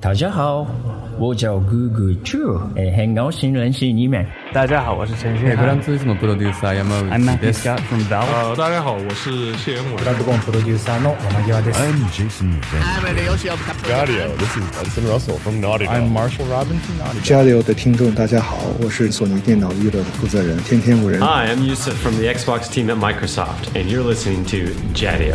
大家好，我叫 Google Chu，哎，很高兴认识你们。大家好，我是陈美轩国兰ツーリズムプロデューサー山哎 I'm 内 Matthew です Scott from Valve。呃，大家好，我是谢元伟。 I'm Jason Van. 交流的听众，大家好，我是索尼电脑娱乐的负责人天天五人。 Hi, I'm Yusuf from the Xbox team at Microsoft, and you're listening to Jadio.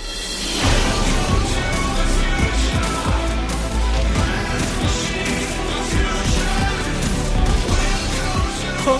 朋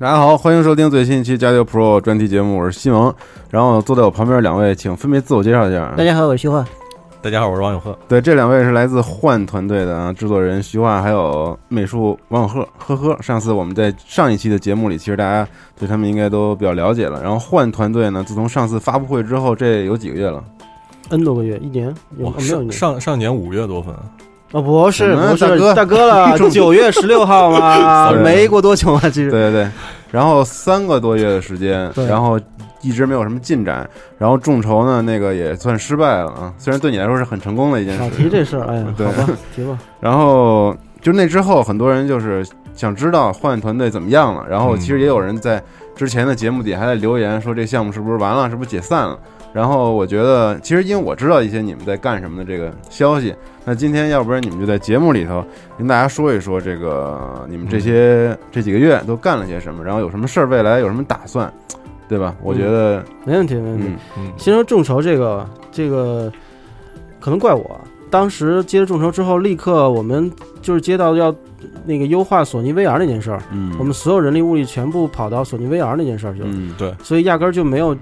大家好，欢迎收听最新一期《加六 Pro》专题节目，我是西蒙。然后坐在我旁边两位，请分别自我介绍一下。家好，我是徐焕。大家好，我是王永鹤。对，这两位是来自幻团队的啊，制作人徐化还有美术王永鹤，呵呵。上次我们在上一期的节目里，其实大家对他们应该都比较了解了。然后幻团队呢，自从上次发布会之后，这有几个月了？ N 嗯多个月，一年有、哇哦，没有一上年？上上年五月多份，哦，不什是么不是大哥大哥 了，九月十六号嘛， Sorry 没过多久啊，其对实 对对。然后三个多月的时间，对然后一直没有什么进展。然后众筹呢，那个也算失败了啊，虽然对你来说是很成功的一件少事。提这事儿，哎呀，对好吧，提吧。然后就那之后，很多人就是想知道换团队怎么样了。然后其实也有人在之前的节目底还在留言说这项目是不是完了，是不是解散了。然后我觉得，其实因为我知道一些你们在干什么的这个消息，那今天要不然你们就在节目里头跟大家说一说这个嗯你们这些、嗯这几个月都干了些什么，然后有什么事儿未来有什么打算，对吧？我觉得，没问题，没问题嗯。嗯，先说众筹这个，这个可能怪我，啊当时接了众筹之后，立刻我们就是接到要那个优化索尼 VR 那件事儿，嗯，我们所有人力物力全部跑到索尼 VR 那件事儿去了，嗯对，所以压根儿就没有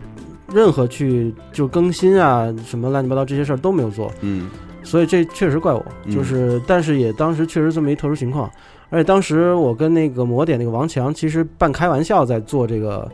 任何去就更新啊什么乱七八糟这些事儿都没有做。嗯所以这确实怪我，嗯就是、但是也当时确实这么一特殊情况，而且当时我跟那个魔点那个王强其实半开玩笑在做这个，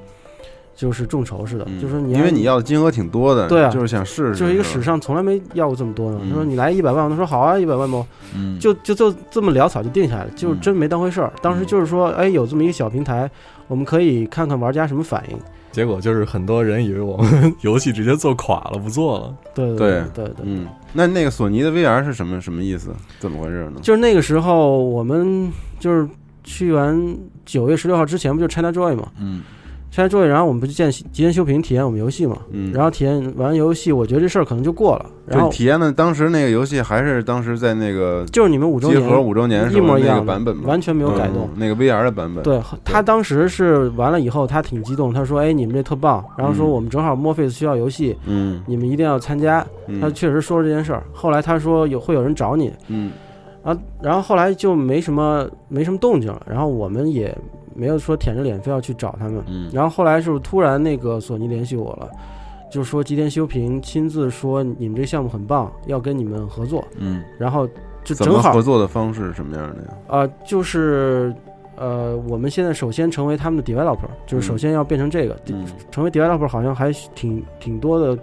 就是众筹似的，嗯，就是你因为你要要的金额挺多的，对啊就是想试试，就是一个吧史，上从来没要过这么多呢，嗯他说你来一百万，他说好啊，一百万吧，嗯，就就就这么潦草就定下来了，就是真没当回事儿。当嗯时就是说，哎，有这么一个小平台，我们可以看看玩家什么反应。结果就是很多人以为我们游戏直接做垮了，不做了。对对对对，嗯，那那个索尼的 VR 是什么什么意思？怎么回事呢？就是那个时候我们就是去完九月十六号之前不就 ChinaJoy 嘛，嗯拆桌椅，然后我们不就见极限修评体验我们游戏嘛，嗯，然后体验完游戏，我觉得这事儿可能就过了。然就后是体验的当时那个游戏还是当时在那个就是你们五周集年合五周年时一模候一那样个的版本嘛，完全没有改动。嗯那个 VR 的版本，对他当时是完了以后，他挺激动，他说：“哎，你们这特棒。”然后说：“嗯我们正好墨菲斯需要游戏，嗯，你们一定要参加。”嗯他确实说了这件事儿。后来他说有会有人找你，嗯然后然后后来就没什么没什么动静了。然后我们也没有说舔着脸非要去找他们。嗯然后后来是不是突然那个索尼联系我了，就说吉田修平亲自说你们这项目很棒，要跟你们合作，嗯，然后就怎正么好合作的方式是什么样的呀？呃就是呃我们现在首先成为他们的 developer，就是首先要变成这个、嗯，成为 developer 好像还挺挺多的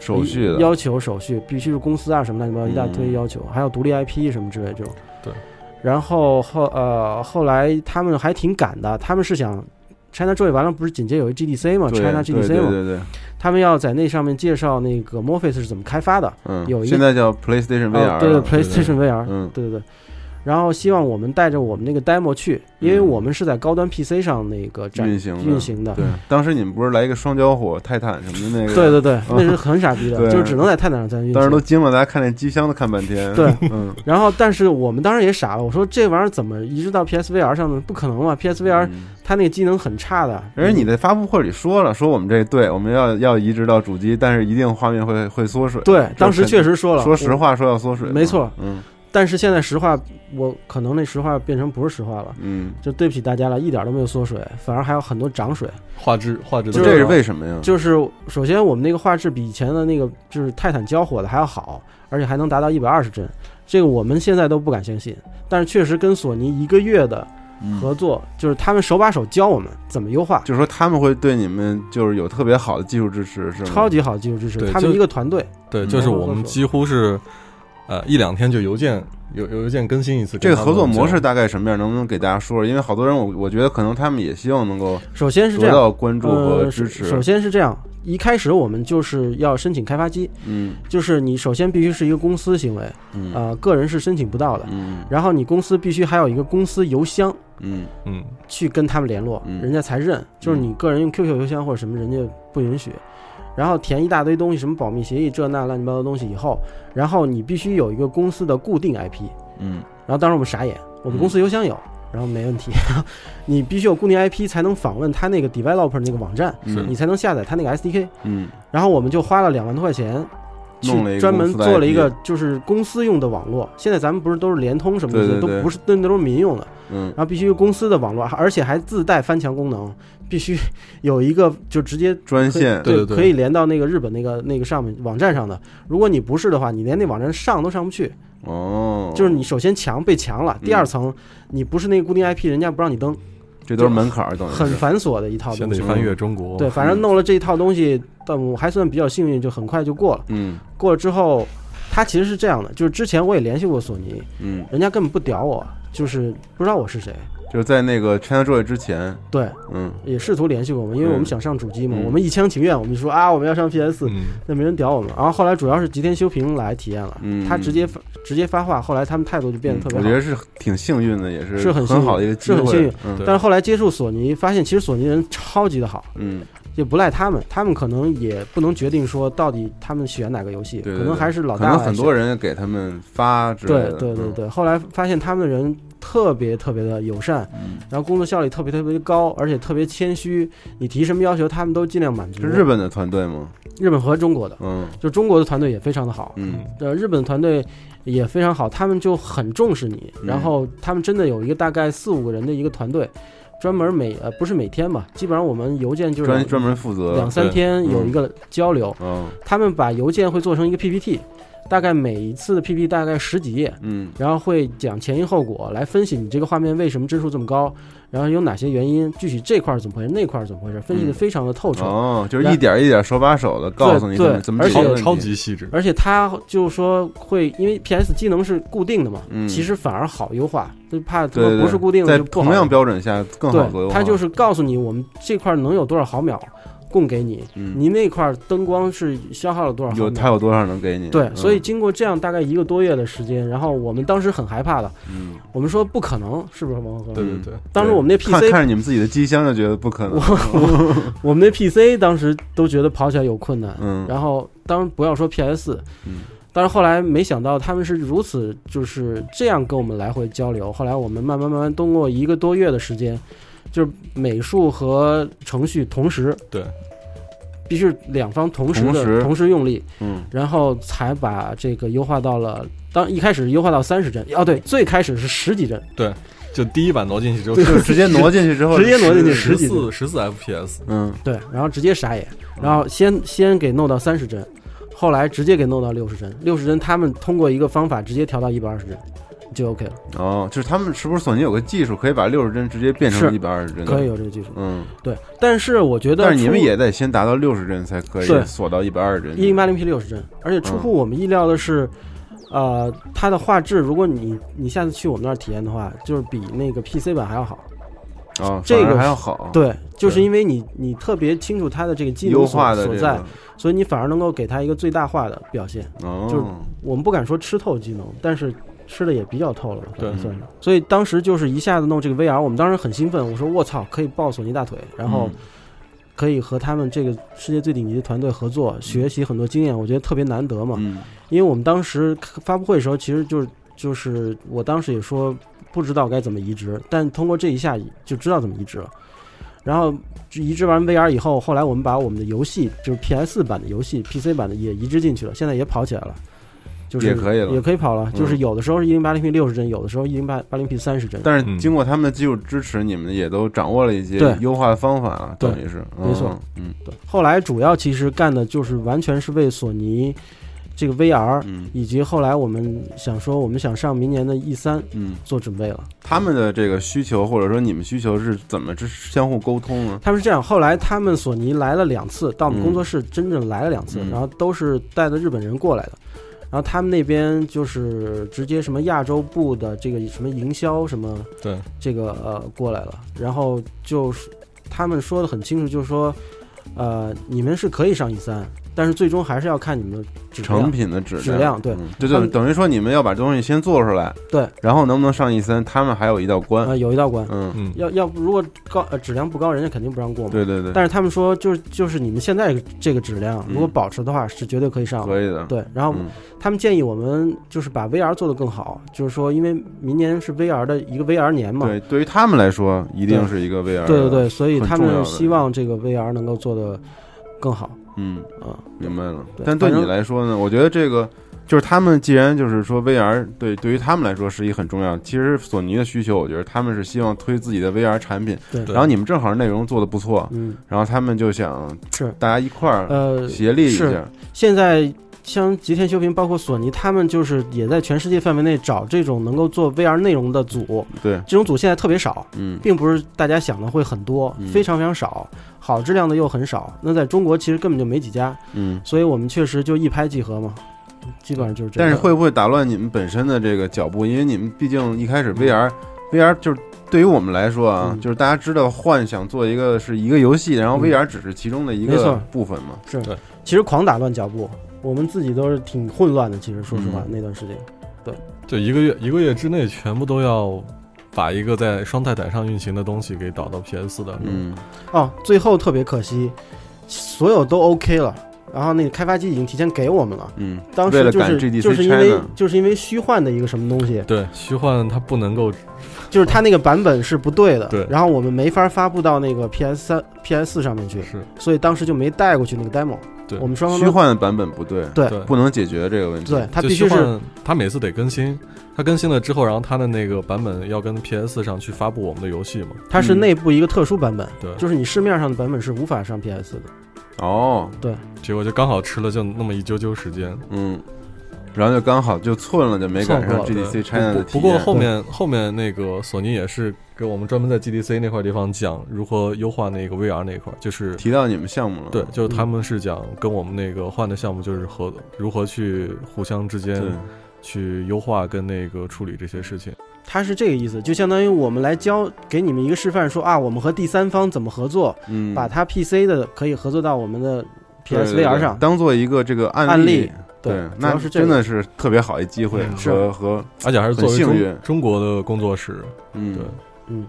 手续的，要求手续，必须是公司啊什么乱七八糟一大嗯堆要求，还有独立 IP 什么之类这种。对。然后后呃后来他们还挺赶的，他们是想 China Joy 完了不是紧接有一 GDC 嘛对，China 对 GDC 对嘛，对对，他们要在那上面介绍那个 Morpheus 是怎么开发的，嗯，有一个现在叫 PlayStation VR，哦对对了，PlayStation VR，嗯对对对。然后希望我们带着我们那个 demo 去，因为我们是在高端 PC 上那个展嗯运行的运行的，对，当时你们不是来一个双交火泰坦什么的那个？对对对，那是嗯很傻逼的， 对就是只能在泰坦上才能运行。当时都惊了，大家看那机箱都看半天。 对嗯，然后，但是我们当时也傻了，我说这玩意儿怎么移植到 PSVR 上呢？不可能嘛，PSVR 嗯它那个机能很差的。而且你在发布会里说了，说我们这对我们要要移植到主机，但是一定画面会会缩水。对，当时确实说说了，说实话说要缩水我嘛，没错。嗯但是现在实话，我可能那实话变成不是实话了，嗯，就对不起大家了，一点都没有缩水，反而还有很多涨水。画质画质的就是这是为什么呀？就是首先我们那个画质比以前的那个就是泰坦交火的还要好，而且还能达到一百二十帧，这个我们现在都不敢相信。但是确实跟索尼一个月的嗯合作，就是他们手把手教我们怎么优化，就是说他们会对你们就是有特别好的技术支持，是吗？超级好的技术支持，对他就们一个团队。对，嗯就是我们几乎是呃一两天就邮件有有邮件更新一次。这个合作模式大概什么样？能不能给大家说说？因为好多人我我觉得可能他们也希望能够首先是这得样，到关注和呃支持。首首先是这样，一开始我们就是要申请开发机，嗯就是你首先必须是一个公司行为，嗯呃，个人是申请不到的。嗯然后你公司必须还有一个公司邮箱嗯嗯，去跟他们联络，嗯人家才认。就是你个人用 QQ 邮箱或者什么，人家不允许。然后填一大堆东西，什么保密协议这那乱七八糟的东西以后，然后你必须有一个公司的固定 IP。嗯然后当时我们傻眼，我们公司邮箱有，然后没问题。 你必须有固定 IP 才能访问他那个 developer 那个网站，是你才能下载他那个 SDK。嗯，然后我们就花了两万多块钱。弄了一去个专门公司的做了一 IP 个就是公司用的网络，现在咱们不是都是联通什么对的，对都对不是那都是民用的，嗯然后必须公司的网络，而且还自带翻墙功能，必须 有一个就直接专可以线对对可以连到那个日本那个那个上面网站上的。如果你不是的话，你连那网站上都上不去，哦，嗯就是你首先墙被墙了，第二层你不是那个固定 IP，人家不让你登，这都是门槛儿，等于是很繁琐的一套先东得西。翻越中国。对，反正弄了这一套东西，但我还算比较幸运，就很快就过了。嗯过了之后，他其实是这样的，就是之前我也联系过索尼，嗯，人家根本不屌我，就是不知道我是谁。就是在那个 China Joy 之前，对，嗯也试图联系过我们，因为我们嗯想上主机嘛，嗯我们一腔情愿，我们就说啊，我们要上 PS，嗯，那没人屌我们。然后后来主要是吉田修平来体验了，嗯他直接发直接发话，后来他们态度就变得特别我好。觉得是挺幸运的，也是是很很幸运好的一个机是会，很幸运嗯但是后来接触索尼，发现其实索尼人超级的好，嗯也不赖他们，他们可能也不能决定说到底他们选哪个游戏，对对可能对还是老可大来能选。很多人给他们发之类对的，对对嗯，对，后来发现他们的人特别特别的友善，嗯然后工作效率特别特别高，而且特别谦虚。你提什么要求，他们都尽量满足。嗯是日本的团队吗？日本和中国的，嗯就中国的团队也非常的好，嗯呃，日本团队也非常好，他们就很重视你，嗯然后他们真的有一个大概四五个人的一个团队，专门每呃不是每天吧，基本上我们邮件就是专专门负责两三对天有一个交流，嗯他们把邮件会做成一个 PPT，大概每一次的 PPT 大概十几页。嗯然后会讲前因后果，来分析你这个画面为什么帧数这么高，然后有哪些原因，具体这块儿怎么回事，那块儿怎么回事，分析的嗯非常的透彻。哦，就是一点一点手把手的告诉你对怎对么怎么而解决超问题超级细致。而且它就说会，因为 PS 机能是固定的嘛，嗯其实反而好优化，就怕它对对对不是固定的在就不好同样标准下更好左右对，化，它就是是告诉你我们这块儿能有多少毫秒供给你，嗯你那块儿灯光是消耗了多少毫有它秒。有多少能给你，对，嗯所以经过这样大概一个多月的时间，然后我们当时很害怕的，嗯我们说不可能，是不是王哥？对对嗯对，当时我们那 PC 看看着你们自己的机箱就觉得不可能，我们那 PC 当时都觉得跑起来有困难，嗯然后当然不要说 PS，嗯但是后来没想到他们是如此就是这样跟我们来回交流，后来我们慢慢慢慢通过一个多月的时间，就是美术和程序同时对。必须是两方同时的同时用力，嗯然后才把这个优化到了。当一开始优化到三十帧，哦对，最开始是十几帧，就第一版挪进去就就是直接挪进去之后直接挪进去十几四十四 FPS，嗯对，然后直接傻眼，然后先先给弄到三十帧，后来直接给弄到六十帧，六十帧他们通过一个方法直接调到一百二十帧，就 OK 了，哦，就是他们是不是索尼有个技术可以把六十帧直接变成是一百二十帧？可以，有这个技术。嗯，对，但是我觉得，但是你们也得先达到六十帧才可对以锁到一百二十帧。一零八零 P 六十帧，而且出嗯乎我们意料的是。呃，它的画质，如果你你下次去我们那儿体验的话，就是比那个 PC 版还要好。啊，这个反而还要好，，对，就是对因为你你特别清楚它的这个技能优所化的所这在个，，所以你反而能够给它一个最大化的表现。哦，就是我们不敢说吃透技能，但是吃的也比较透了吧，对算是。所以当时就是一下子弄这个 VR，我们当时很兴奋，我说我操，可以抱索尼大腿，然后可以和他们这个世界最顶级的团队合作，学习很多经验，我觉得特别难得嘛。嗯因为我们当时发布会的时候，其实就是就是我当时也说不知道该怎么移植，但通过这一下就知道怎么移植了。然后就移植完 VR 以后，后来我们把我们的游戏，就是 PS 版的游戏、PC 版的也移植进去了，现在也跑起来了，就是也可以了也可以跑了。嗯就是有的时候是一零八零 P 六十帧，有的时候一零八八零 P 三十帧。但是经过他们的技术支持，你们也都掌握了一些对优化的方法了，对等于是，没错嗯，对，后来主要其实干的就是完全是为索尼这个 VR，、嗯以及后来我们想说我们想上明年的 E 三嗯，做准备了。他们的这个需求或者说你们需求是怎么这相互沟通呢？他们是这样，后来他们索尼来了两次，到我们工作室真正来了两次，嗯然后都是带着日本人过来的。然后他们那边就是直接什么亚洲部的这个什么营销什么对，这个呃过来了，然后就是他们说的很清楚，就是说，呃，你们是可以上 E 三，但是最终还是要看你们的质量成品的质量，质量对嗯，就他就们等于说你们要把东西先做出来，对，然后能不能上 E 三，他们还有一道关啊、，有一道关，嗯，嗯，要要不如果高、呃、质量不高，人家肯定不让过嘛。对对对，但是他们说就是就是你们现在这个质量，如果嗯保持的话，是绝对可以上的。可以的，对，然后嗯，他们建议我们就是把 VR 做得更好，就是说，因为明年是 VR 的一个 VR 年嘛，对，对于他们来说，一定对是一个 VR，对对的，对，所以很他重要们的希望这个 VR 能够做得更好嗯，啊。明白了对。但对反你正来说呢？我觉得这个就是他们既然就是说 VR 对对于他们来说是一很重要。其实索尼的需求，我觉得他们是希望推自己的 VR 产品，对对然后你们正好内容做的不错，嗯，然后他们就想是大家一块儿呃，协力一是下，现在像吉田修平，包括索尼，他们就是也在全世界范围内找这种能够做 VR 内容的组，对，这种组现在特别少，嗯并不是大家想的会很多嗯，非常非常少，好质量的又很少。那在中国其实根本就没几家，嗯。所以我们确实就一拍即合嘛，基本上就是这但样。是会不会打乱你们本身的这个脚步？因为你们毕竟一开始 VR，VR、VR 就是对于我们来说啊，嗯就是大家知道幻想做一个是一个游戏，然后嗯 VR 只是其中的一没个错部分嘛。是对，其实狂打乱脚步，我们自己都是挺混乱的。其实说实话，嗯那段时间，就一个月一个月之内全部都要把一个在双泰坦上运行的东西给导到 PS 4的，嗯，哦，最后特别可惜，所有都 OK 了，然后那个开发机已经提前给我们了。嗯，当为时了就赶是 GDC 就是因为 China 就是因为虚幻的一个什么东西，对，虚幻它不能够就是它那个版本是不对的，对然后我们没法发布到那个 PS 三、PS 四上面去，是所以当时就没带过去那个 demo，对我们双方虚都幻的版本不对，对对不能解决这个问题。对，它就必须虚是幻它每次得更新，它更新了之后，然后它的那个版本要跟 PS 上去发布我们的游戏嘛，它是嗯内部一个特殊版本，对，就是你市面上的版本是无法上 PS 的。哦，结果就刚好吃了就那么一揪揪时间。嗯，然后就刚好就寸了，就没赶上错过了 GDC 不 China 不的不体验。嗯过后面后面那个索尼也是给我们专门在 GDC 那块地方讲如何优化那个 VR 那块，就是提到你们项目了，对，就是他们是讲跟我们那个换的项目就是和如何去互相之间对，去优化跟那个处理这些事情。它是这个意思，就相当于我们来教给你们一个示范说，啊，我们和第三方怎么合作，嗯，把它 PC 的可以合作到我们的对 PSVR 上对对。当做一个这个案案例例，对，主要那是这真个的是特别好一机会嗯和和而且还是作为很幸运中中国的工作室，嗯对。嗯，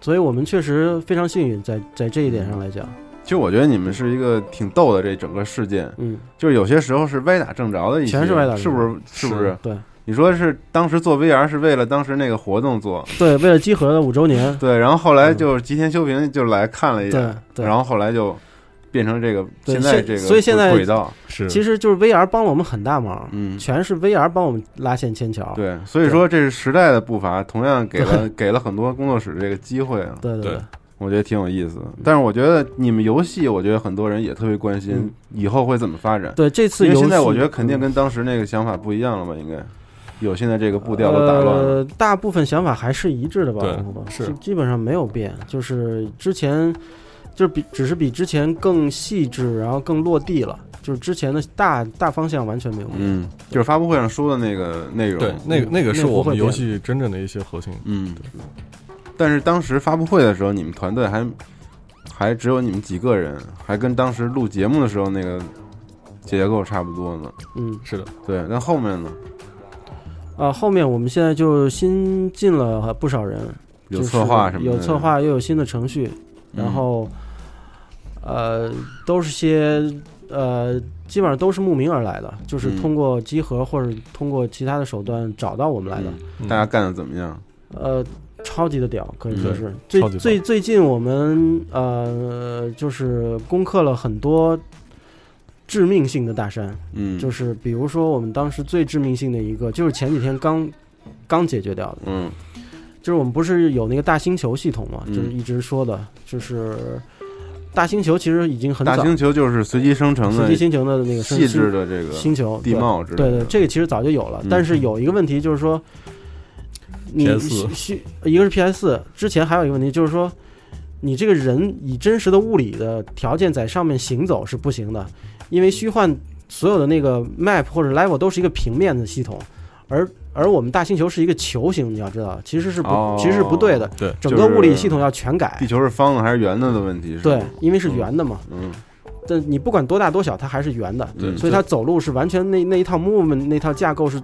所以我们确实非常幸运在，在这一点上来讲，其实我觉得你们是一个挺逗的这整个事件，嗯，就是有些时候是歪打正着的一些，全是歪打正是着不是？是不是？对你说是当时做 VR 是为了当时那个活动做，对，为了集合的五周 年，对，然后后来就是吉田修平就来看了一眼嗯对，对哎然后后来就变成这个对现在现这个所以现在轨道，是其实就是 VR 帮了我们很大忙，嗯，全是 VR 帮我们拉线牵桥。对，所以说这是时代的步伐，同样给了给了很多工作室这个机会啊，对对对我觉得挺有意思的。嗯但是我觉得你们游戏，我觉得很多人也特别关心嗯以后会怎么发展，对，这次因为游戏现在我觉得肯定嗯跟当时那个想法不一样了吧，应该有现在这个步调都打乱了，呃，大部分想法还是一致的吧？对我觉得是基基本上没有变，就是之前就是比只是比之前更细致，然后更落地了，就是之前的大大方向完全没有变。嗯，就是发布会上说的那个内容，对，那个那个是那不我会们游变戏真正的一些核心。嗯，但是当时发布会的时候，你们团队还还只有你们几个人，还跟当时录节目的时候那个结构差不多呢。嗯，是的，对，那后面呢？呃，后面我们现在就新进了不少人，有就是策划什么的有策划，又有新的程序，嗯然后，呃，都是些呃，基本上都是慕名而来的，就是嗯通过集合或者通过其他的手段找到我们来的。嗯大家干的怎么样？呃，超级的屌，可以说是、嗯最超级棒最最近我们呃就是攻克了很多致命性的大山，嗯，就是是比如说我们当时最致命性的一个，就是前几天刚刚解决掉的，嗯就是我们不是有那个大星球系统嘛，嗯就是一直说的，就是大星球其实已经很大早，星球就是随机生成随的机星球的那个生细致星的这个星球地对貌之类对的对，这个其实早就有了，嗯但是有一个问题就是说，你 PS4 需需一个是 PS 四，之前还有一个问题就是说，你这个人以真实的物理的条件在上面行走是不行的，因为虚幻所有的那个 map 或者 level 都是一个平面的系统，而而我们大星球是一个球形，你要知道，其实是不、哦其实是不对的，对整就个是物理系统要全改，地球是方的还是圆的的问题是吧？对，因为是圆的嘛，嗯，但你不管多大多小，它还是圆的，对所以它走路是完全那那一套 movement 那套架构是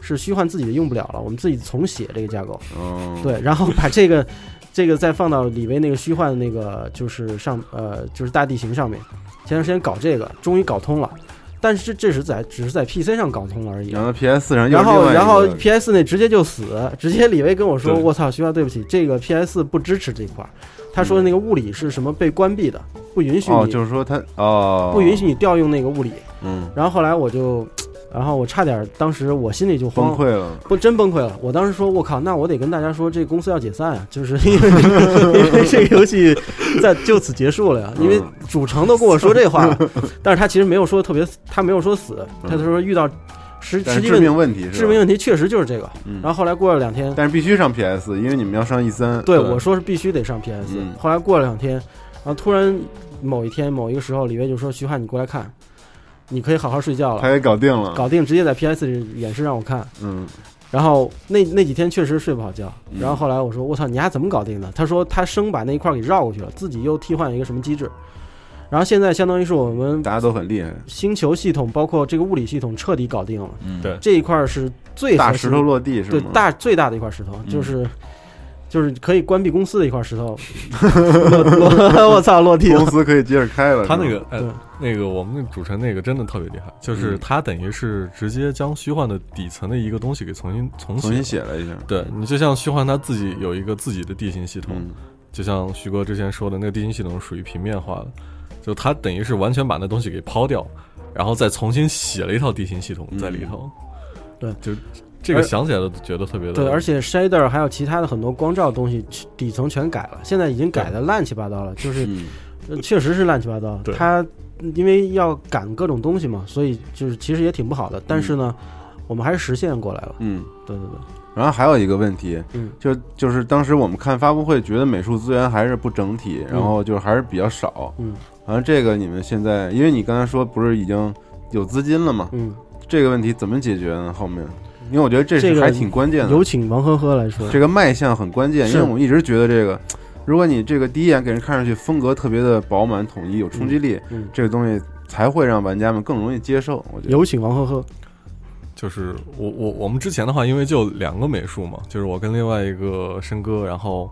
是虚幻自己的用不了了，我们自己重写这个架构，哦，对，然后把这个 这个再放到里边那个虚幻的那个就是上呃就是大地形上面，前段时间搞这个终于搞通了，但是这这是在只是在 PC 上搞通了而已然。后 PS 4上又然啊是另后，外一然后个 PS 那直接就死，直接李维跟我说：“对我操，徐浩，对不起，这个 PS 不支持这块儿。”他说的那个物理是什么被关闭的，不允许嗯哦，你就是说它哦不允许，哦你调用那个物理。嗯，然后后来我就，然后我差点，当时我心里就慌，崩溃了，不真崩溃了。我当时说，我靠，那我得跟大家说，这个公司要解散啊，就是因为 因为这个游戏在就此结束了呀。因为嗯主城都跟我说这话了，但是他其实没有说特别，他没有说死，嗯他就说遇到实但实是际致问命问题是吧致命，问题确实就是这个。嗯然后后来过了两天，但是必须上 PS，因为你们要上 E 三，对我说是必须得上 PS。嗯后来过了两天，然后突然某一天某一个时候，李维就说：“徐汉，你过来看，你可以好好睡觉了。”他也搞定了，搞定，直接在 PS 里演示让我看。嗯，然后那那几天确实睡不好觉。嗯然后后来我说：“我操，你还怎么搞定的？”他说：“他生把那一块给绕过去了，自己又替换一个什么机制。”然后现在相当于是我们大家都很厉害，星球系统，包括这个物理系统彻底搞定了。嗯对这一块是最大核石心头落地是对吗？大最大的一块石头，嗯就是就是可以关闭公司的一块石 头。落落，我操，落地了公。司可以接着开了，他那是个吗哎对，那个我们那个主持人那个真的特别厉害，就是嗯他等于是直接将虚幻的底层的一个东西给重新重重新写写了。了一下，对你就像虚幻他自己有一个自己的地形系统，嗯，就像徐哥之前说的，那个地形系统是属于平面化的，就他等于是完全把那东西给抛掉，然后再重新写了一套地形系统在里头。对就这个而想起来都觉得特别的对，而且 shader 还有其他的很多光照的东西底层全改了，现在已经改的乱七八糟了，就是嗯呃确实是乱七八糟。对它因为要赶各种东西嘛，所以就是其实也挺不好的。但是呢，我们还是实现过来了。嗯。对对对，然后还有一个问题，嗯就就是当时我们看发布会，觉得美术资源还是不整体，然后就是还是比较少。嗯，然后这个你们现在，因为你刚才说不是已经有资金了嘛，嗯，这个问题怎么解决呢？后面，因为我觉得这这是个还挺关键的，嗯有请王呵呵来说。这个卖相很关键，因是为我们一直觉得这个，如果你这个第一眼给人看上去风格特别的饱满、统一、有冲击力，嗯嗯这个东西才会让玩家们更容易接受。我觉得，有请王呵呵，就是我我我们之前的话，因为就两个美术嘛，就是我跟另外一个申哥，然后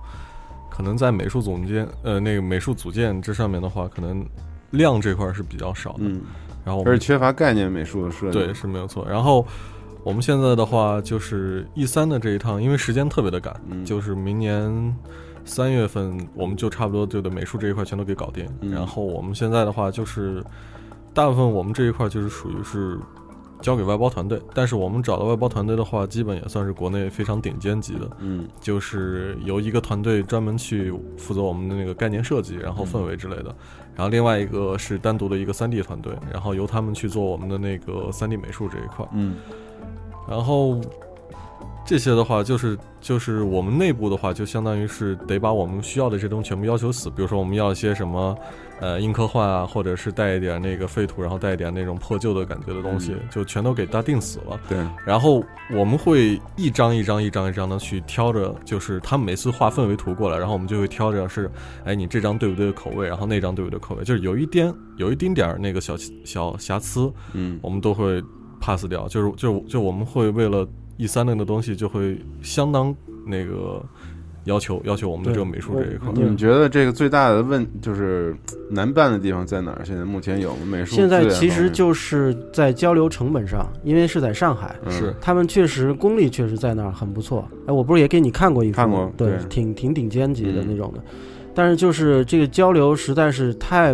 可能在美术总监呃那个美术组件这上面的话，可能量这块儿是比较少的。嗯，然后我而们且缺乏概念美术的设计，对，是没有错。然后我们现在的话，就是 E 三的这一趟，因为时间特别的赶，嗯就是明年三月份我们就差不多就得美术这一块全都给搞定。嗯然后我们现在的话，就是大部分我们这一块就是属于是交给外包团队，但是我们找的外包团队的话，基本也算是国内非常顶尖级的，嗯就是由一个团队专门去负责我们的那个概念设计，然后氛围之类的，然后另外一个是单独的一个 3D 团队，然后由他们去做我们的那个 3D 美术这一块儿。嗯然后这些的话，就是就是我们内部的话，就相当于是得把我们需要的这东西全部要求死。比如说我们要一些什么，呃，硬科幻啊，或者是带一点那个废土，然后带一点那种破旧的感觉的东西，嗯就全都给它定死了。对，然后我们会一张一张一张一张的去挑着，就是他们每次画氛围图过来，然后我们就会挑着是，哎，你这张对不对口味，然后那张对不对口味，就是有一点有一丁点儿那个小小瑕疵，嗯我们都会 pass 掉，就是就是就我们会为了。 E 三类的东西就会相当那个要求要求我们的这个美术这一块。啊你们觉得这个最大的问就是难办的地方在哪儿？现在目前有美术现在资源其方实面就是在交流成本上，因为是在上海，嗯是他们确实功力确实在那儿很不错。哎，我不是也给你看过一幅吗，看过对，对挺挺顶尖级的嗯那种的，但是就是这个交流实在是太，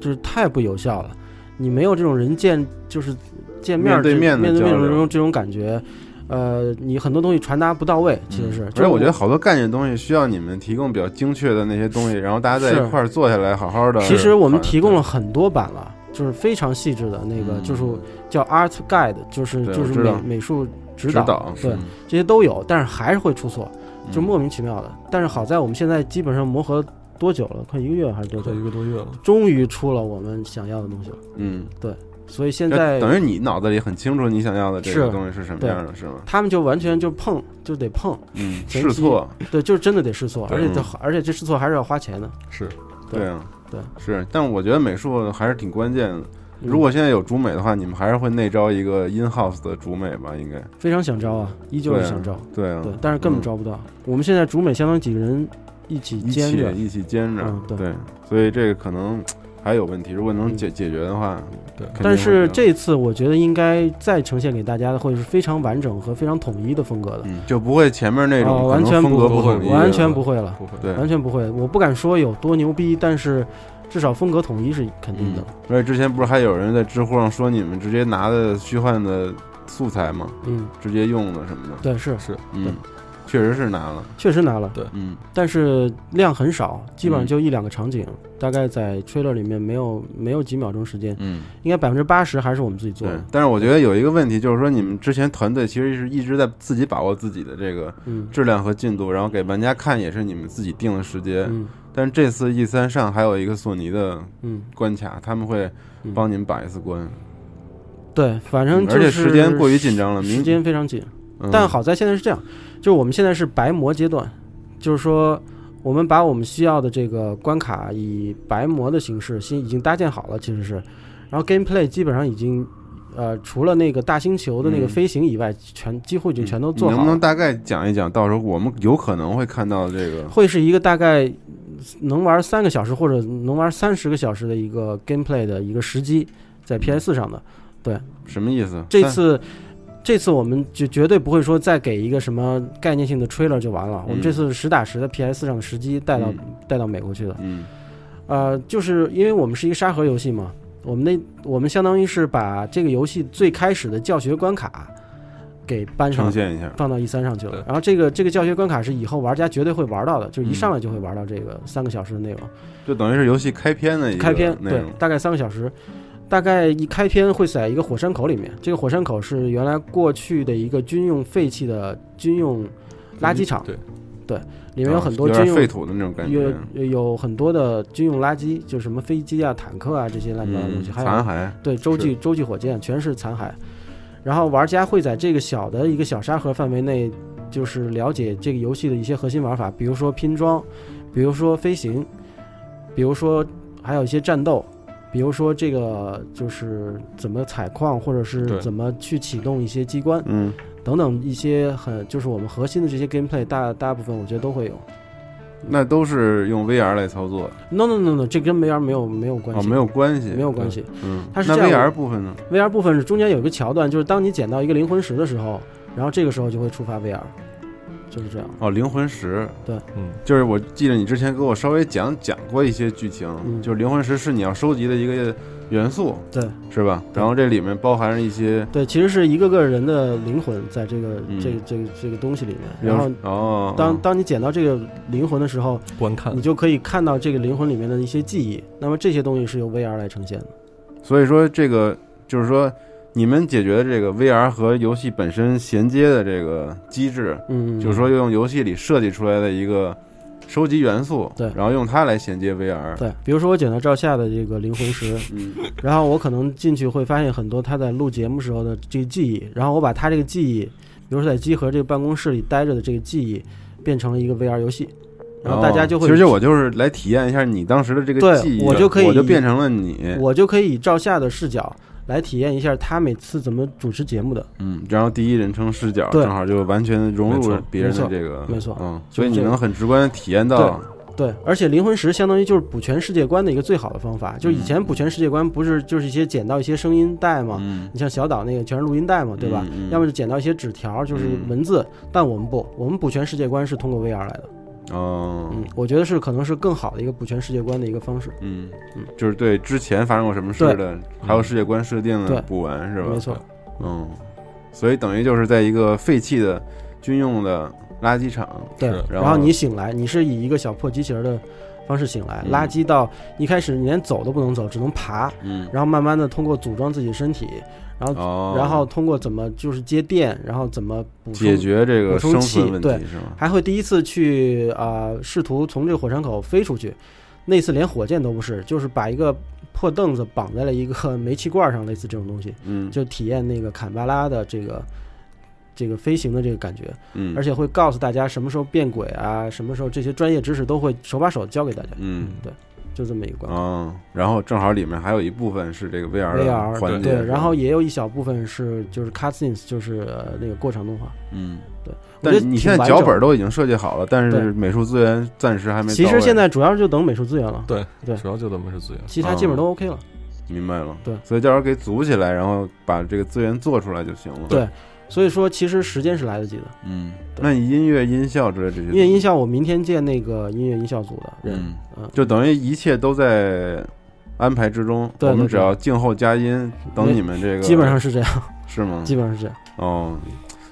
就是太不有效了。你没有这种人见就是见面面对这面的面对交面的流这种这种感觉，呃，你很多东西传达不到位，其实是。嗯而就且我觉得好多概念东西需要你们提供比较精确的那些东西，然后大家在是一块儿坐下来好好的。其实我们提供了很多版了，就是非常细致的那个，嗯就是叫 Art Guide，就是对就我是知美道美术指指导，导，对嗯这些都有，但是还是会出错，就嗯莫名其妙的。但是好在我们现在基本上磨合多久了？快一个月还是多久快？一个多月了，终于出了我们想要的东西了，嗯，所以现就在等于你脑子里很清楚你想要的这个是东西是什么对样的，是吗？他们就完全就碰就得碰，嗯，前试期错，对，就是真的得试错，而且这嗯而且这试错还是要花钱的。是对对啊，对是。但我觉得美术还是挺关键的。嗯如果现在有主美的话，你们还是会内招一个 in house 的主美吧？应该非常想招啊，依旧对是啊想招，对啊，对，但是根本嗯招不到。我们现在主美相当于几个人一起一兼起着，一起兼着嗯，对嗯对，所以这个可能还有问题。如果能解解决的话，对肯定但会是比较这次我觉得应该再呈现给大家的会是非常完整和非常统一的风格的，嗯就不会前面那哦种可完能全风不格不会统一，完全不会了，不会对完全不会。我不敢说有多牛逼，但是至少风格统一是肯定的。而且嗯之前不是还有人在知乎上说你们直接拿的虚幻的素材吗？嗯，直接用的什么的？对，是是嗯，确实是拿了。确实拿了，嗯，但是量很少，基本上嗯就一两个场景，大概在 trailer 里面没有没有几秒钟时间，嗯，应该百分之八十还是我们自己做对的。。但是我觉得有一个问题就是说，你们之前团队其实是一直在自己把握自己的这个嗯质量和进度，然后给玩家看也是你们自己定的时间。嗯但是这次 E 三上还有一个索尼的嗯，关卡，他们会嗯帮你们把一次关，对，反正嗯就而是且时间过于紧张了，明时间非常紧。嗯但好在现在是这样，就是我们现在是白模阶段，就是说我们把我们需要的这个关卡以白模的形式先已经搭建好了，其实是，然后 gameplay 基本上已经，呃，除了那个大星球的那个嗯飞行以外，全几乎已经全都做你好能了。不能大概讲一讲，到时候我们有可能会看到这个？会是一个大概能玩三个小时或者能玩三十个小时的一个 gameplay 的一个时机，嗯在 PS 上的。什么意思？这次，这次我们就绝对不会说再给一个什么概念性的 trailer 就完了。我们嗯这次是实打实的 PS 上的时机带到、嗯带到美国去的。嗯呃，就是因为我们是一个沙盒游戏嘛，我们那我们相当于是把这个游戏最开始的教学关卡给搬上呈。现一下，放到 E 三上去了对，然后这个这个教学关卡是以后玩家绝对会玩到的，就是一嗯上来就会玩到这个三个小时的内容。就等于是游戏开篇的一个开篇内对容，。大概三个小时，大概一开篇会在一个火山口里面。这个火山口是原来过去的一个军用废弃的军用垃圾场，对，里面有很多嗯啊有军点用废土的那种感觉有，有有很多的军用垃圾，就是什么飞机啊、坦克啊这些乱七八糟的东嗯，西，还有残骸，对洲际洲际火箭全是残骸。然后玩家会在这个小的一个小沙盒范围内，就是了解这个游戏的一些核心玩法，比如说拼装，比如说飞行，比如说还有一些战斗，比如说这个就是怎么采矿，或者是对怎么去启动一些机关嗯，等等一些很就是我们核心的这些 gameplay 大大部分我觉得都会有。那都是用 VR 来操作， No no no no，这跟 VR 没有没有关哦，系，没有关系，没有关系。嗯，它是那这样 VR 部分呢？ VR 部分是中间有一个桥段，就是当你捡到一个灵魂石的时候，然后这个时候就会触发 VR，就是这样。哦，灵魂石，嗯，就是我记得你之前给我稍微讲讲过一些剧情，嗯就是灵魂石是你要收集的一个元素，对是吧？对然后这里面包含着一些，对，其实是一个个人的灵魂在这个、嗯这个这个这个东西里面，比如然后。哦，当当你捡到这个灵魂的时候，观看你就可以看到这个灵魂里面的一些记忆。那么这些东西是由 VR 来呈现的。所以说这个就是说你们解决的这个 VR 和游戏本身衔接的这个机制，嗯，就是说用游戏里设计出来的一个收集元素，对然后用它来衔接 VR，对，比如说我捡到赵夏的这个灵魂石，嗯，然后我可能进去会发现很多他在录节目时候的这个记忆，然后我把他这个记忆，比如说在集合这个办公室里待着的这个记忆，变成了一个 VR 游戏，然后大家就会，哦其实我就是来体验一下你当时的这个对记忆，我就可以我就变成了你，我就可以以照下的视角来体验一下他每次怎么主持节目的。嗯，然后第一人称视角对正好就完全融没入错了别人的没错这个，没错嗯，就是所以你这个能很直观的体验到，对，而且灵魂石相当于就是补全世界观的一个最好的方法。就是以前补全世界观不是就是一些捡到一些声音带嘛，你像小岛那个全是录音带嘛，对吧？嗯嗯嗯嗯要么就捡到一些纸条，就是文字。但我们不，我们补全世界观是通过 VR 来的。哦，嗯，我觉得是可能是更好的一个补全世界观的一个方式。嗯嗯，就是对之前发生过什么事对嗯的，还有世界观设定的对补完是吧？没错，嗯，所以等于就是在一个废弃的军用的垃圾场，对是。然然后后你醒来，你是以一个小破机器人的方式醒来，嗯垃圾到一开始你连走都不能走，只能爬，嗯，然后慢慢的通过组装自己身体，然后、哦，然后通过怎么就是接电，然后怎么补充解决这个补充生器存问对题是吗？还会第一次去啊、呃试图从这个火山口飞出去，那次连火箭都不是，就是把一个破凳子绑在了一个煤气罐上，类似这种东西，嗯，就体验那个坎巴拉的这个这个飞行的这个感觉，嗯，而且会告诉大家什么时候变轨啊，什么时候这些专业知识都会手把手教给大家，嗯对，就这么一个关。哦，然后正好里面还有一部分是这个 VR 的 VR 环节，对，然后也有一小部分是就是 cutscenes，就是、呃那个过场动画。嗯，对，但我是觉得你挺现在完脚整本都已经设计好了，但对是美术资源暂时还没到位。其实现在主要就等美术资源了，对对主要就咱们是资源。其他基本都 OK 了。哦明白了，对所以到时候给组起来，然后把这个资源做出来就行了。对所以说，其实时间是来得及的。嗯，对那你音乐、音效之类这些，音乐音，效，我明天见那个音乐音效组的人。嗯，嗯，就等于一切都在安排之中。对对我们对只要静候佳音，等你们这个基本上是这样，是吗？基本上是这样。哦，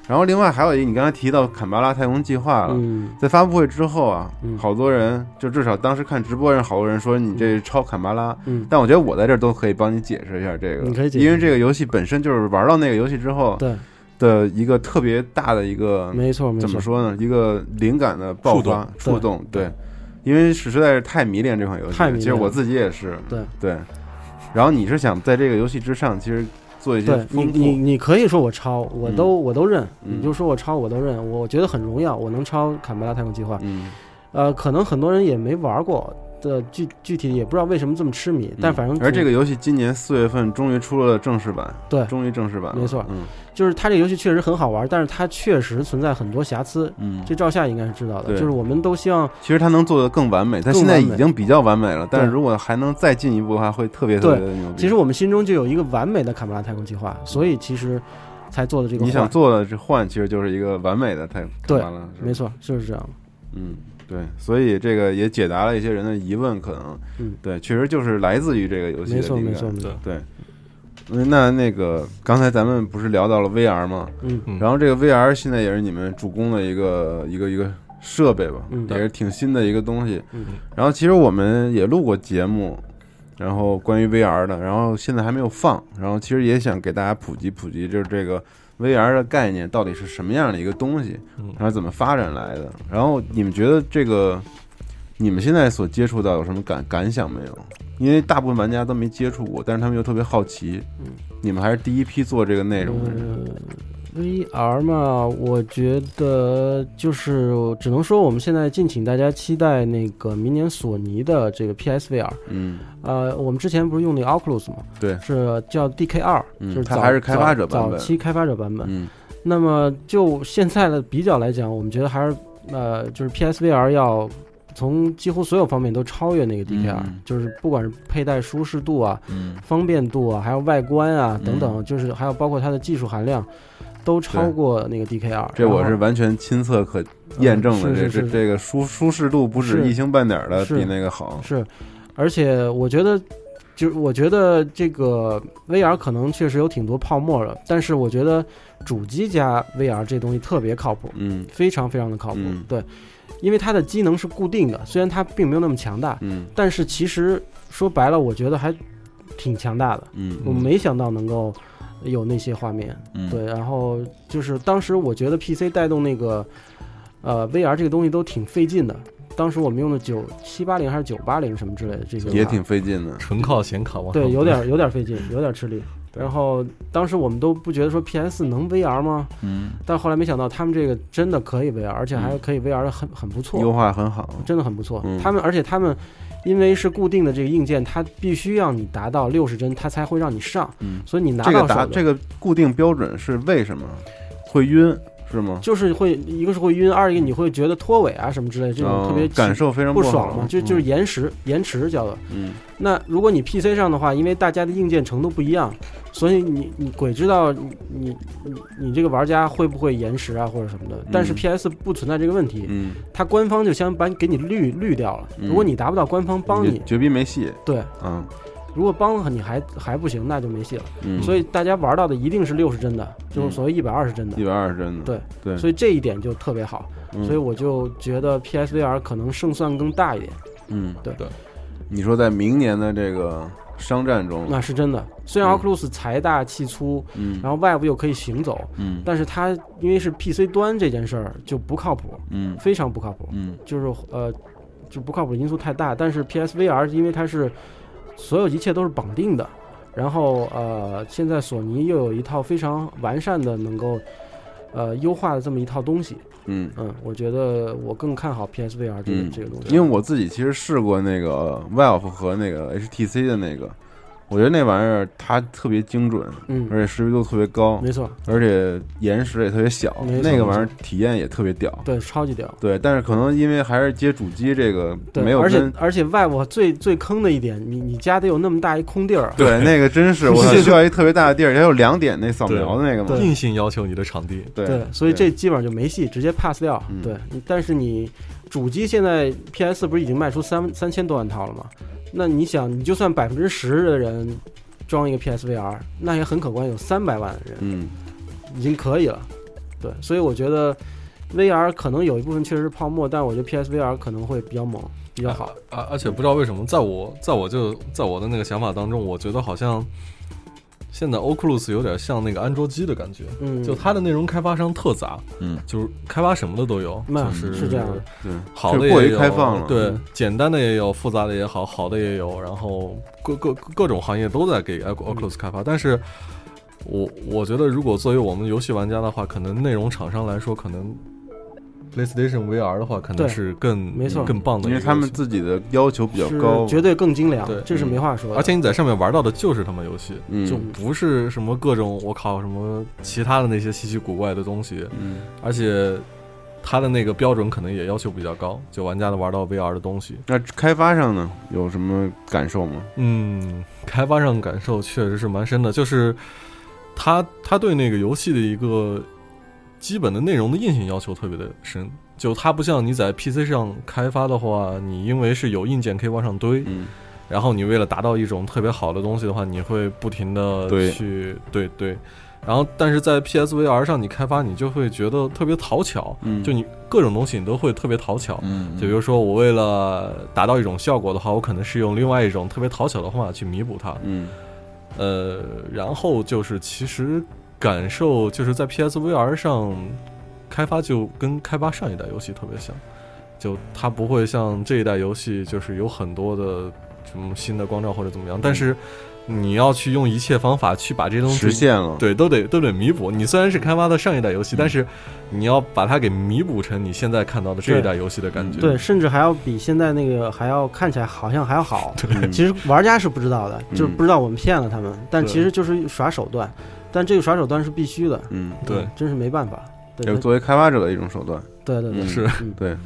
然后另外还有一，你刚才提到坎巴拉太空计划了。嗯，在发布会之后啊，嗯好多人就至少当时看直播人，好多人说你这超坎巴拉，嗯但我觉得我在这儿都可以帮你解释一下这个，你可以解释因为这个游戏本身就是玩到那个游戏之后对，的一个特别大的一个没错没怎么错。说呢？一个灵感的爆发触动触动，对，因为实在是太迷恋这款游戏太了，迷恋其实我自己也是，对对。然后你是想在这个游戏之上，其实做一些对你，你丰富，你可以说我抄，我都我都认，嗯你就说我抄，我都认，我觉得很荣耀，我能抄《坎巴拉太空计划》。嗯呃，可能很多人也没玩过的，具具体也不知道为什么这么痴迷，但反正嗯而这个游戏今年四月份终于出了正式版，对终于正式版了，没错嗯就是它这个游戏确实很好玩，但是它确实存在很多瑕疵，嗯，这赵夏应该是知道的，对就是我们都希望其实它能做的更完美，它更现在完已美经比较完美了，但是对如果还能再进一步的话，会特别特别的牛逼。其实我们心中就有一个完美的坎巴拉太空计划，所以其实才做的这个你想画做的这换，其实就是一个完美的太对完了，是吧没，错，就是这样。嗯，对，所以这个也解答了一些人的疑问，可能，嗯对，确实就是来自于这个游戏没的错，灵没错，感，没错。对。嗯那那个刚才咱们不是聊到了 VR 吗？嗯嗯然后这个 VR 现在也是你们主攻的一个一个一个设备吧，嗯也是挺新的一个东西。嗯然后其实我们也录过节目，然后关于 VR 的，然后现在还没有放。然后其实也想给大家普及普及，就是这个 VR 的概念到底是什么样的一个东西嗯，然后怎么发展来的。然后你们觉得这个你们现在所接触到有什么感感想没有？因为大部分玩家都没接触过，但是他们又特别好奇。你们还是第一批做这个内容的人。呃，VR 嘛，我觉得就是只能说我们现在敬请大家期待那个明年索尼的这个 PSVR。嗯，呃，我们之前不是用那个 Oculus 嘛，对是叫 DK 二、嗯就是它早还是开发者版早本早期开发者版本。嗯那么就现在的比较来讲，我们觉得还是呃，就是 PSVR 要从几乎所有方面都超越那个 DKR，、嗯就是不管是佩戴舒适度啊、嗯方便度啊，还有外观啊嗯等等，就是还有包括它的技术含量，都超过那个 DKR。这我是完全亲测可验证的，嗯是这是这是这个舒舒适度不止是一星半点儿的是比那个好。是，而且我觉得。就是我觉得这个 VR 可能确实有挺多泡沫了，但是我觉得主机加 VR 这东西特别靠谱，嗯非常非常的靠谱。嗯对，因为它的机能是固定的，虽然它并没有那么强大，嗯但是其实说白了，我觉得还挺强大的。我嗯没想到能够有那些画面，嗯，对。然后就是当时我觉得 PC 带动那个呃 VR 这个东西都挺费劲的。当时我们用的九七八零还是九八零什么之类的这些卡，也挺费劲的。纯靠显卡往上对，有堆点有点费劲，有点 吃力。对然后当时我们都不觉得说 PS 能 VR 吗？嗯，但后来没想到他们这个真的可以 VR，而且还可以 VR 的很很不优错，化很好。真的很不错嗯。他们而且他们因为是固定的这个硬件，它必须要你达到六十帧，它才会让你上。嗯，所以你拿这个到手达的这个固定标准是为什么？会晕是吗？就是会一个是会晕，二一个你会觉得脱尾啊什么之类，这种嗯特别感受非常不好爽嘛，就就是嗯延时延迟叫做。嗯那如果你 PC 上的话，因为大家的硬件程度不一样，所以你你鬼知道你你你你这个玩家会不会延时啊或者什么的。但是嗯 PS 不存在这个问题，嗯，它官方就先把你给你滤滤掉了。嗯如果你达不到官方帮也你，绝逼没戏。对，嗯如果帮了你还还不行，那就没戏了。嗯，所以大家玩到的一定是六十帧的，就是所谓一百二十帧的一。百二十帧的，对对，所以这一点就特别好，嗯所以我就觉得 PSVR 可能胜算更大一点，嗯对对，你说在明年的这个商战中，那是真的。虽然嗯 Oculus 财大气粗，嗯然后外部又可以行走，嗯但是它因为是 PC 端这件事儿就不靠谱，嗯非常不靠谱，嗯就是呃，就不靠谱因素太大。但是 PSVR 因为它是所有一切都是绑定的，然后呃，现在索尼又有一套非常完善的能够呃优化的这么一套东西，嗯，嗯，我觉得我更看好 PSVR 这个、嗯这个东西，因为我自己其实试过那个 Valve 和那个 HTC 的那个，我觉得那玩意儿它特别精准，嗯而且识别度特别高，没错，而且延时也特别小，没错那个玩意儿体验也特别屌。对，超级屌。对，但是可能因为还是接主机这个对，没有而且跟。而且外部最最坑的一点，你你家得有那么大一空地儿，对，那个 真是我需要一特别大的地儿，它有两点那扫描的那个嘛。硬性要求你的场地，对对，所以这基本上就没戏，直接 pass 掉。嗯对，但是你主机现在 PS 不是已经卖出三三千多万套了吗？那你想，你就算百分之十的人装一个 PSVR，那也很可观，有三百万人嗯已经可以了。对，所以我觉得 VR 可能有一部分确实是泡沫，但我觉得 PSVR 可能会比较猛，比哎较好。而而且不知道为什么，在我在我就在我的那个想法当中，我觉得好像现在 Oculus 有点像那个安卓机的感觉，嗯，就它的内容开发商特杂，嗯，就是开发什么的都有，那就是嗯这样的，对，好的过也于有，开放了。对嗯，简单的也有，复杂的也好，好的也有，然后各各各种行业都在嗯给 Oculus 开发，但是我我觉得，如果作为我们游戏玩家的话，可能内容厂商来说，可能 PlayStation VR 的话，可能对是更没错更棒的一因个游戏，为他们自己的要求比较是高，绝对更精良对，这是没话说的。而且你在上面玩到的就是他妈游戏，嗯就不是什么各种我靠什么其他的那些稀奇古怪的东西，嗯而且它的那个标准可能也要求比较高，就玩家的玩到 VR 的东西。那开发上呢，有什么感受吗？嗯，开发上感受确实是蛮深的，就是他他对那个游戏的一个基本的内容的硬性要求特别的深。就它不像你在 PC 上开发的话，你因为是有硬件可以往上堆，嗯然后你为了达到一种特别好的东西的话，你会不停的对去对对然后但是在 PSVR 上你开发，你就会觉得特别讨巧，嗯就你各种东西你都会特别讨巧。嗯就比如说，我为了达到一种效果的话，我可能是用另外一种特别讨巧的方法去弥补它。嗯呃，然后就是其实感受就是在 PSVR 上开发就跟开发上一代游戏特别像，就它不会像这一代游戏就是有很多的什么新的光照或者怎么样，但是你要去用一切方法去把这些东西实现了。对，都得都得弥补。你虽然是开发的上一代游戏，嗯但是你要把它给弥补成你现在看到的这一代游戏的感觉。对，甚至还要比现在那个还要看起来好像还要好。嗯，其实玩家是不知道的，嗯就是不知道我们骗了他们，但对其实就是耍手段，但这个耍手段是必须的，嗯，对嗯，真是没办法。也对是对作为开发者的一种手段。对对对，嗯是嗯对，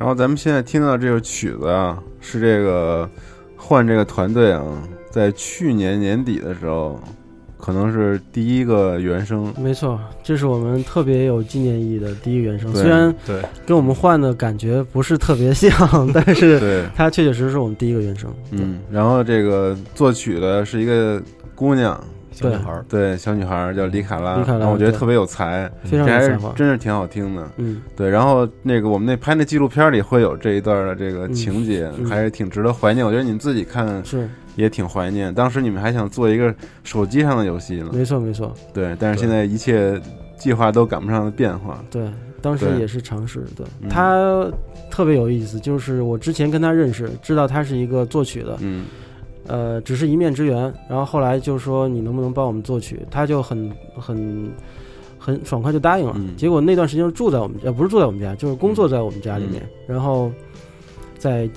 后咱们现在听到这首曲子啊，是这个换这个团队啊，在去年年底的时候，可能是第一个原声。没错，这是我们特别有纪念意义的第一个原声，对虽然对跟我们换的感觉不是特别像， 但是对，它确确实实是我们第一个原声。嗯，然后这个作曲的是一个姑娘，小女孩儿，对，小女孩儿叫李卡拉，李卡拉然后我觉得对特别有才，非这常有还才是华真是挺好听的。嗯，对，然后那个我们那拍那纪录片里会有这一段的这个情节，嗯还是挺值得怀念。我觉得你们自己看是也挺怀念，当时你们还想做一个手机上的游戏呢，没错没错，对，但是现在一切计划都赶不上变化，对，当时对也是尝试。对嗯他特别有意思，就是我之前跟他认识，知道他是一个作曲的，嗯呃，只是一面之缘。然后后来就说你能不能帮我们作曲，他就很很很爽快就答应了。嗯结果那段时间住在我们呃不是住在我们家，就是工作在我们家里面，嗯然后在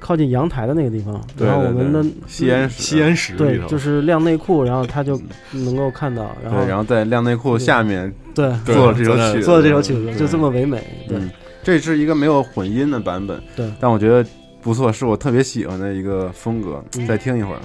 靠近阳台的那个地方，对然后我们的对吸烟室吸烟室里对头，就是晾内裤，然后他就嗯能够看到，然后对，然后在晾内裤下面对对做了这首在那曲子，做了这首曲子，就对这么唯美，对嗯，这是一个没有混音的版本，对但我觉得不错，是我特别喜欢的一个风格。嗯再听一会儿，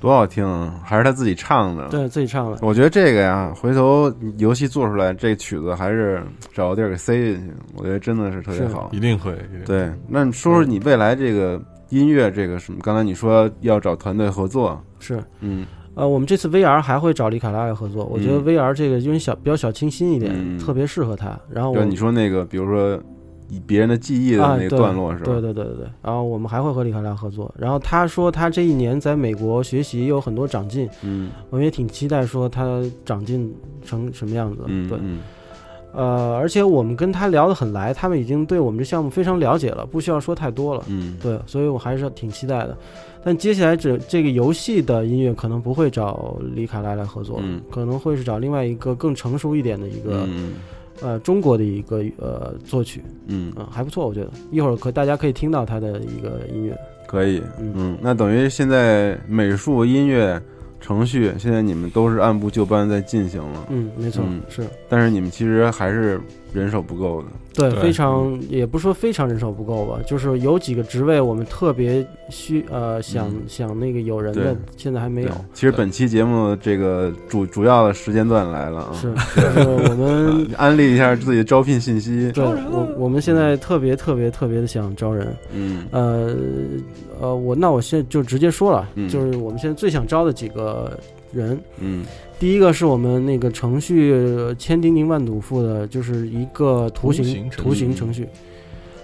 多好听啊！还是他自己唱的。，对，自己唱了，我觉得这个呀，回头游戏做出来，这曲子还是找个地儿给塞进去，我觉得真的是特别是好一。定会，一定会对，那你说说你未来这个音乐这个什么？刚才你说要找团队合作，是。嗯呃，我们这次 VR 还会找李卡拉来合作，我觉得嗯 VR 这个因为小比较小清新一点，嗯特别适合他。然后我就你说那个，比如说以别人的记忆的啊，那个对段落是吧对？对对对对。然后我们还会和李卡拉合作。然后他说他这一年在美国学习有很多长进，嗯我们也挺期待说他长进成什么样子。嗯对，嗯呃，而且我们跟他聊得很来，他们已经对我们这项目非常了解了，不需要说太多了。嗯，对，所以我还是挺期待的。但接下来这这个游戏的音乐可能不会找李卡拉来合作，嗯可能会是找另外一个更成熟一点的一个、嗯呃中国的一个呃作曲，嗯嗯、。还不错，我觉得一会儿可大家可以听到他的一个音乐，可以，嗯嗯，那等于现在美术、音乐、程序，现在你们都是按部就班在进行了，嗯，没错，嗯是但是你们其实还是人手不够的，对，对非嗯常也不说非常人手不够吧，就是有几个职位我们特别需呃想、嗯想那个有人对的，现在还没有对。其实本期节目这个主主要的时间段来了啊，是，就是我们 安利一下自己的招聘信息，对我我们现在特别特别特别的想招人，嗯呃呃，我那我现在就直接说了，嗯就是我们现在最想招的几个人，嗯第一个是我们那个程序呃千叮咛万嘱咐的，就是一个图图形形程序图形程序。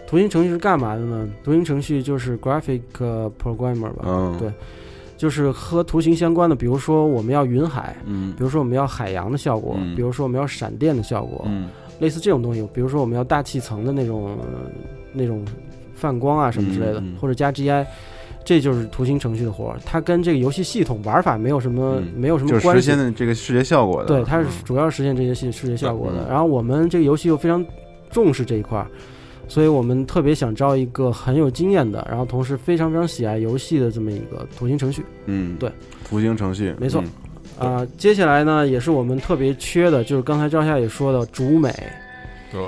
图形程序是干嘛的呢？图形程序就是 graphic 呃 programmer 吧，嗯，对就是和图形相关的，比如说我们要云海，嗯比如说我们要海洋的效果，嗯比如说我们要闪电的效果，嗯类似这种东西，比如说我们要大气层的那种呃那种泛光啊什么之类的，嗯嗯或者加 GI，这就是图形程序的活儿，它跟这个游戏系统玩法没有什么、嗯没有什就么是实关系现。的这个视觉效果的，对，它是主要实现这些视视觉效果的嗯。然后我们这个游戏又非常重视这一块儿，所以我们特别想招一个很有经验的，然后同时非常非常喜爱游戏的这么一个图形程序。嗯对，图形程序，没错嗯啊、接下来呢，也是我们特别缺的，就是刚才赵夏也说的主美，对，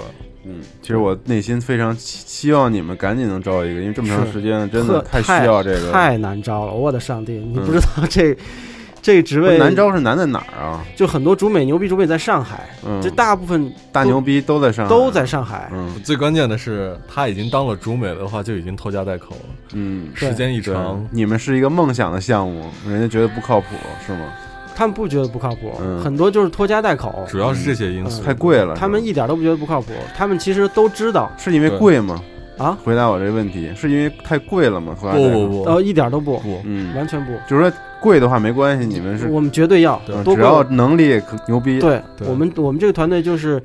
嗯，其实我内心非常希希望你们赶紧能招一个，因为这么长是时间了，真的特太需要这个，嗯太难招了，我的上帝，你不知道这、 这个职位难招是难在哪儿啊？就很多主美牛逼主美在上海，嗯这大部分大都牛逼都在上海，都在上海。嗯最关键的是，他已经当了主美的话，就已经拖家带口了。嗯，对时间一对长，，你们是一个梦想的项目，人家觉得不靠谱是吗？他们不觉得不靠谱，嗯很多就是拖家带口，主要是这些因嗯素。太贵了，他们是吧一点都不觉得不靠谱，他们其实都知道，是因为贵吗？啊，回答我这问题，是因为太贵了吗？不不不呃，不一点都不，不，嗯，完全不，就是说贵的话没关系，你们是我们绝对要对多只贵要能力可牛逼，对对我们我们这个团队就是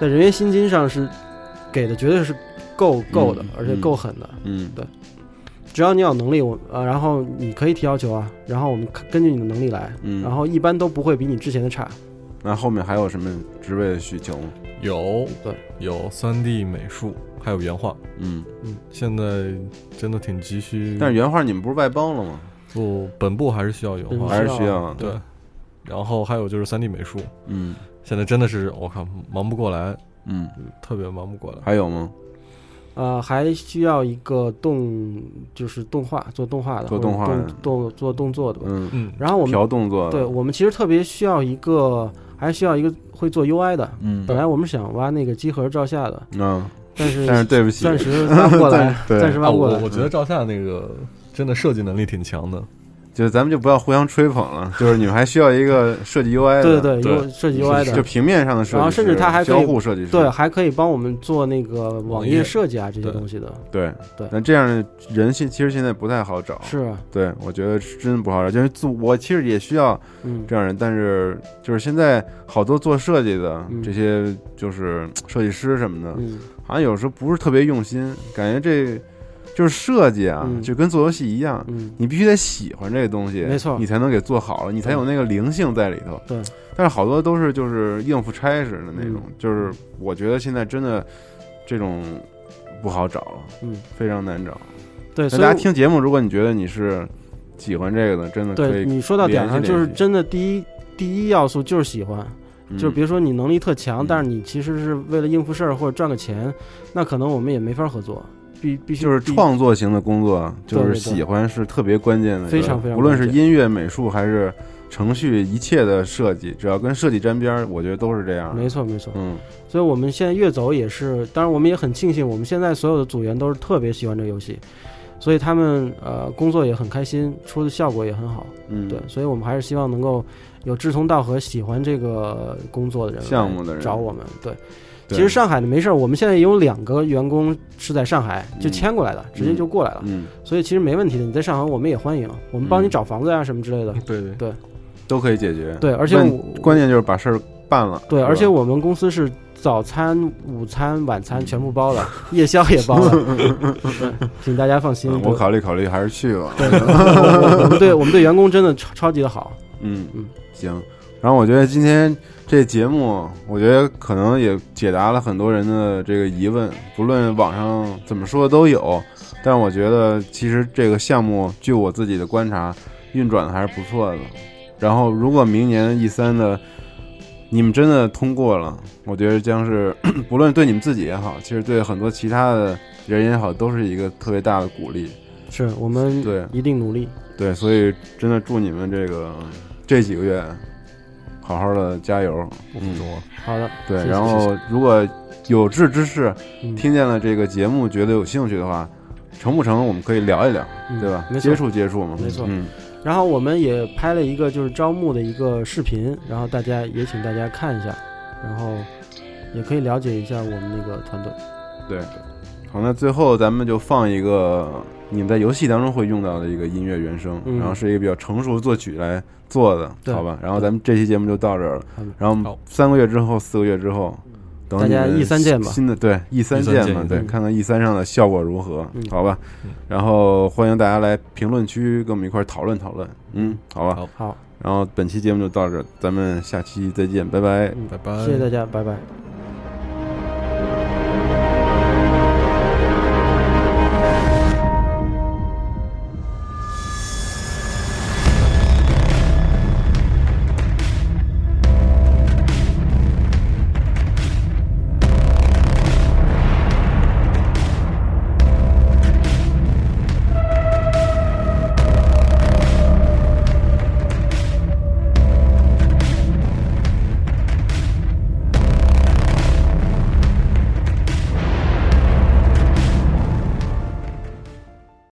在人员薪金上是给的绝对是够够的嗯，而且够狠的。嗯只要你有能力，我呃，然后你可以提要求啊，然后我们根据你的能力来，嗯，然后一般都不会比你之前的差。那后面还有什么职位的需求吗？有对有三 D 美术，还有原画。嗯，现在真的挺急需，但是原画你们不是外包了吗？不本部还是需要原嗯画还的。是需要的，对，然后还有就是三 D 美术，嗯现在真的是我靠忙不过来，嗯，特别忙不过来。还有吗？呃，还需要一个动，就是动画做动画的，做动画的或者动动做动作的吧。嗯，嗯，然后我们调动作的对，我们其实特别需要一个，还需要一个会做 UI 的。嗯本来我们想挖那个机盒照下的，啊，但是但是对不 起，暂时挖不过 暂来，对暂时啊，挖不过我来我。觉得赵夏那个真的设计能力挺强的，就咱们就不要互相吹捧了，就是你们还需要一个设计 UI 的，对对对有设计 UI 就的，平面上的设计师，然后甚至他还可以交互设计师，对，还可以帮我们做那个网网页页设计啊这些对东西的。对哦对那这样的人现其实现在不太好找，是啊，对我觉得是真不好找，就是做我其实也需要嗯这，样人，但是就是现在好多做设计的嗯这些就是设计师什么的，嗯，好像有时候不是特别用心，感觉这就是设计啊，嗯就跟做游戏一样，嗯，你必须得喜欢这个东西，没错你才能给做好了，你才有那个灵性在里头。对，嗯但是好多都是就是应付差事的那种，就是我觉得现在真的这种不好找了，嗯，非常难找。对，那所以大家我听节目，如果你觉得你是喜欢这个的，真的可对以，你说到点联上，系就是联系真的第一第一要素就是喜欢，就是别说你能力特强，嗯但是你其实是为了应付事儿或者赚个钱，那可能我们也没法合作，必必须就是必创作型的工作，对就是对对喜欢是特别关键的一个，非常非常无论是关键音乐、美术还是程序，一切的设计，只要跟设计沾边儿，我觉得都是这样。没，错没错。嗯所以我们现在越走也是，当然我们也很庆幸，我们现在所有的组员都是特别喜欢这个游戏，所以他们呃工作也很开心，出的效果也很好。嗯，对，所以我们还是希望能够有志同道合、喜欢这个工作的人来项目的人找我们。对，其对实上海的没事儿，我们现在有两个员工是在上海就嗯迁过来的，直接就过来了，嗯所以其实没问题的。你在上海，我们也欢迎，我们帮你嗯找房子呀、啊什么之类的。对对都可以解决。对，而且问我关键就是把事儿办了。对，是吧而且我们公司是早餐、午餐、晚餐全部包 了，夜宵也包了，对请大家放心。嗯我考虑考虑，还是去吧。对，我我们对我们对员工真的超超级的好，嗯嗯，行。然后我觉得今天这节目，我觉得可能也解答了很多人的这个疑问，不论网上怎么说的都有。但是我觉得其实这个项目，据我自己的观察，运转的还是不错的。然后如果明年 E 三的你们真的通过了，我觉得将是 不论对你们自己也好，其实对很多其他的人也好，都是一个特别大的鼓励。是我们对一定努力。对，所以真的祝你们这个这几个月好好的加油。不嗯服中啊，好的，对，谢谢然后如果有志之士嗯听见了这个节目，觉得有兴趣的话，成不成我们可以聊一聊，嗯对吧？没错接触接触嘛，没错嗯，然后我们也拍了一个就是招募的一个视频，然后大家也请大家看一下，然后也可以了解一下我们那个团队。对。好，那最后咱们就放一个你们在游戏当中会用到的一个音乐原声，嗯然后是一个比较成熟的作曲来做的，对好吧？然后咱们这期节目就到这儿了好的，然后我们好三个月之后、四个月之后，等大家你们 E 三见吧新的对 E 三 E3 见见嘛，嗯对，看看 E 三上的效果如何，嗯好吧？然后欢迎大家来评论区跟我们一块儿讨论讨论，嗯，好吧好。好，然后本期节目就到这儿，咱们下期再见，拜拜。嗯，拜拜，谢谢大家，拜拜。